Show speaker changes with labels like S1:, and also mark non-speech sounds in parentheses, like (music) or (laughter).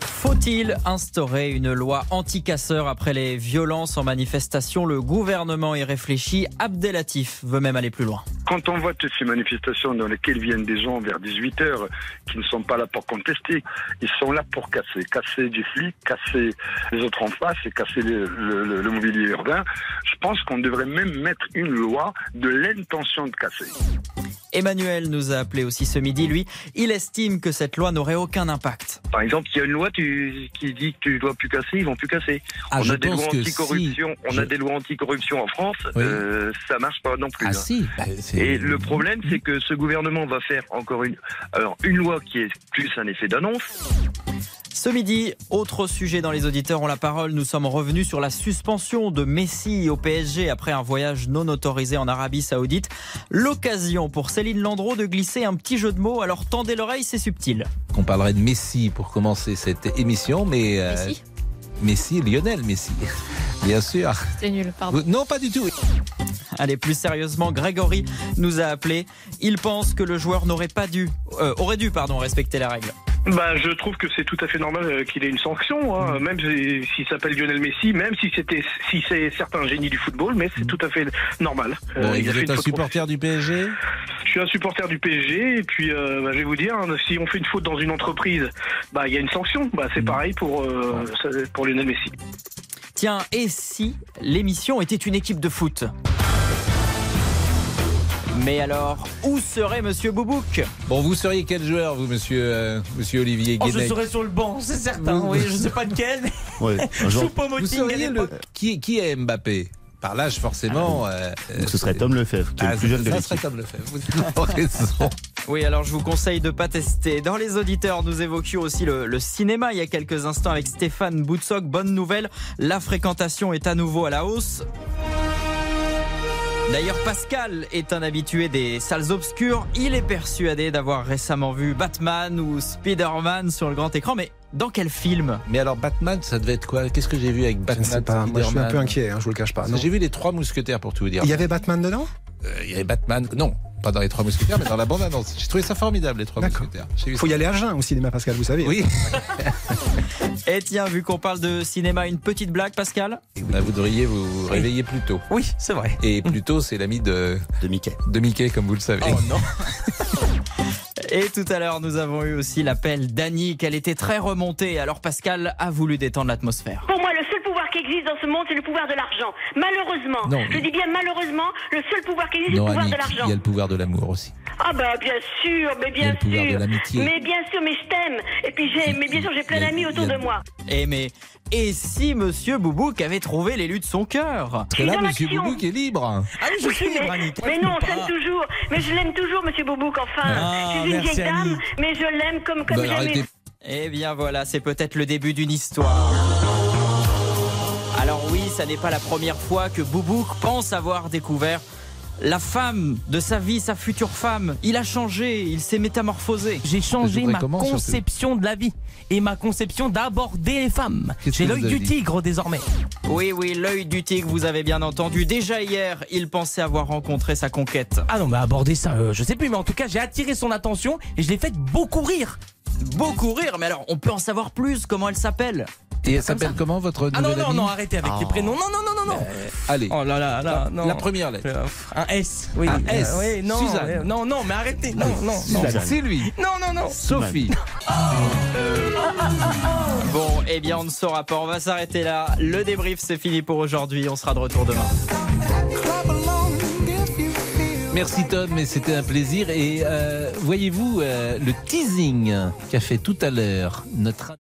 S1: Faut-il instaurer une loi anti-casseurs après les violences en manifestation Le gouvernement y réfléchit. Abdelatif veut même aller plus loin.
S2: Quand on voit toutes ces manifestations dans lesquelles viennent des gens vers 18h qui ne sont pas là pour contester, ils sont là pour casser. Casser du flic, casser les autres en face et casser le, le- le- le mobilier urbain. Je pense qu'on devrait même mettre une loi de l'intention de casser.
S1: Emmanuel nous a appelé aussi ce midi. Lui, il estime que cette loi n'aurait aucun impact.
S3: Par exemple, s'il y a une loi tu- qui dit que tu dois plus casser, ils vont plus casser.
S4: Ah,
S3: on
S4: je
S3: a des
S4: pense
S3: lois
S4: que
S3: anticorruption, on
S4: je-
S3: a des lois anticorruption en France,
S4: Oui.
S3: euh, ça marche pas non plus.
S4: Ah
S3: hein.
S4: si bah, c'est-
S3: Et le problème, c'est que ce gouvernement va faire encore une, alors une loi qui est plus un effet d'annonce.
S1: Ce midi, autre sujet dans les auditeurs ont la parole. Nous sommes revenus sur la suspension de Messi au PSG après un voyage non autorisé en Arabie Saoudite. L'occasion pour Céline Landreau de glisser un petit jeu de mots. Alors tendez l'oreille, c'est subtil.
S4: qu'on parlerait de Messi pour commencer cette émission, mais euh,
S5: Messi
S4: Messi, Lionel Messi, (laughs) bien sûr.
S5: C'était nul, pardon.
S4: Vous- Non, pas du
S6: Euh,
S4: tout.
S1: Allez, plus sérieusement, Grégory nous a appelé. Il pense que le joueur n'aurait pas dû, euh, aurait dû, pardon, respecter la règle.
S7: Bah, je trouve que c'est tout à fait normal euh, qu'il ait une sanction,
S4: Mm.
S7: hein, même si- s'il s'appelle Lionel Messi, même si c'était si c'est certains génies du football, mais c'est tout à fait normal. Euh,
S4: Mm. Bon, et
S7: il a
S4: vous
S7: fait
S4: êtes
S7: une
S4: un
S7: faute
S4: supporter du PSG
S7: Je suis un supporter du PSG et puis euh, bah, je vais vous dire, hein, si on fait une faute dans une entreprise, bah il y a une sanction. Bah
S4: Mm.
S7: c'est pareil pour euh, ça- pour Lionel Messi.
S1: Tiens, et si l'émission était une équipe de foot Mais alors, où serait Monsieur Boubouk
S4: Bon, vous seriez quel joueur, vous, monsieur, euh, monsieur Olivier
S8: Oh,
S1: Eh
S4: Guénec
S1: ben,
S8: je serai sur le banc, c'est certain.
S4: Vous-
S8: Oui, je sais pas lequel, mais
S6: Ouais, un genre-
S4: Vous
S8: Choupo-Moting à
S4: seriez le...
S8: l'époque.
S4: qui, qui est Mbappé Par l'âge, forcément. euh,
S6: Ah, donc (laughs) ce
S4: euh,
S6: serait Tom Lefebvre, qui est
S4: Ah,
S6: le plus jeune de
S4: ça
S6: l'équipe.
S4: serait Tom Lefebvre. Vous avez (laughs) raison.
S1: Oui, alors je vous conseille de pas tester. Dans les auditeurs, nous évoquions aussi le, le cinéma il y a quelques instants avec Stéphane Boutsock. Bonne nouvelle, la fréquentation est à nouveau à la hausse. D'ailleurs, Pascal est un habitué des salles obscures. Il est persuadé d'avoir récemment vu Batman ou Spider-Man sur le grand écran. Mais dans quel film
S4: Mais alors, Batman, ça devait être quoi Qu'est-ce que j'ai vu avec
S9: Je ne
S4: Batman
S9: sais pas. Moi, je suis un
S4: Spider-Man
S9: peu inquiet, hein, je vous le cache pas.
S4: Parce
S9: Non.
S4: que J'ai vu les trois mousquetaires, pour tout vous dire.
S9: Il y avait Batman dedans
S4: Euh, il y avait Batman. Non, pas dans les trois mousquetaires, mais dans la bande-annonce. J'ai trouvé ça formidable, les trois
S9: D'accord.
S4: mousquetaires. J'ai vu
S9: Faut
S4: ça.
S9: y aller à jeun au cinéma, Pascal, vous savez.
S4: Oui,
S1: Et Eh, tiens, vu qu'on parle de cinéma, une petite blague, Pascal
S4: Bah, vous devriez vous réveiller plus tôt.
S8: Oui, c'est vrai.
S4: Et plus tôt, c'est l'ami de,
S6: de Mickey.
S4: de Mickey, comme vous le
S8: Oh,
S4: savez.
S1: non Et tout à l'heure, nous avons eu aussi l'appel d'Annie, qu'elle était très remontée. Alors Pascal a voulu détendre l'atmosphère.
S10: Pour moi, le seul pouvoir qui existe dans ce monde, c'est le pouvoir de l'argent. Malheureusement,
S4: Non.
S10: je dis bien malheureusement, le seul pouvoir qui existe, c'est le
S4: Non,
S10: pouvoir
S4: Annie,
S10: de
S4: il y a
S10: l'argent.
S4: le pouvoir de l'amour aussi.
S10: Ah bah bien sûr, mais
S4: Il y a
S10: bien
S4: le pouvoir de
S10: sûr.
S4: l'amitié.
S10: Mais bien sûr, mais je t'aime. Et puis j'ai, mais bien sûr, j'ai plein
S4: Il y a-
S10: d'amis autour
S4: il y a-
S10: de moi.
S1: Eh mais, et si Monsieur Boubouk avait trouvé l'élu de son cœur
S4: Parce que là,
S10: dans
S4: Monsieur
S10: l'action.
S4: Boubou qui est libre.
S8: Ah oui, je suis
S10: mais,
S8: libre, Annick.
S10: mais non, on s'aime toujours. Mais je l'aime toujours, Monsieur Boubouk, enfin.
S8: Ah,
S10: je suis une
S8: merci,
S10: vieille dame,
S8: Annie.
S10: mais je l'aime comme, comme
S4: Bah,
S10: jamais.
S4: arrêtez.
S1: Eh bien voilà, c'est peut-être le début d'une histoire. Alors oui, ça n'est pas la première fois que Boubouk pense avoir découvert la femme de sa vie, sa future femme. Il a changé, il s'est métamorphosé.
S8: J'ai changé
S4: voudrais
S8: ma
S4: comment, surtout
S8: conception de la vie et ma conception d'aborder les femmes.
S4: Qu'est-ce
S8: J'ai
S4: que
S8: l'œil
S4: vous avez
S8: du
S4: dit
S8: tigre désormais.
S1: Oui, oui, l'œil du tigre, vous avez bien entendu. Déjà hier, il pensait avoir rencontré sa conquête.
S8: Ah non, mais aborder ça, euh, je sais plus, mais en tout cas, j'ai attiré son attention et je l'ai fait beaucoup rire.
S1: Beaucoup rire, mais alors on peut en savoir plus, comment elle s'appelle
S4: Et elle s'appelle comment votre
S8: Ah non,
S4: nouvelle
S8: non,
S4: amie
S8: non, arrêtez avec les prénoms. Non, non, non, non, non.
S4: Allez,
S8: Oh là là, là, non.
S4: la première lettre.
S8: Euh, Un S, oui.
S4: Un
S8: Euh,
S4: S.
S8: oui, non,
S4: Suzanne.
S8: euh, non, non, mais arrêtez. Non, non, non.
S4: Suzanne, C'est lui.
S8: Non, non, non.
S4: Sophie.
S1: Bon, eh bien on ne saura pas, on va s'arrêter là. Le débrief, c'est fini pour aujourd'hui, on sera de retour demain.
S4: Merci Tom, mais c'était un plaisir. Et euh, voyez-vous euh, le teasing qu'a fait tout à l'heure notre...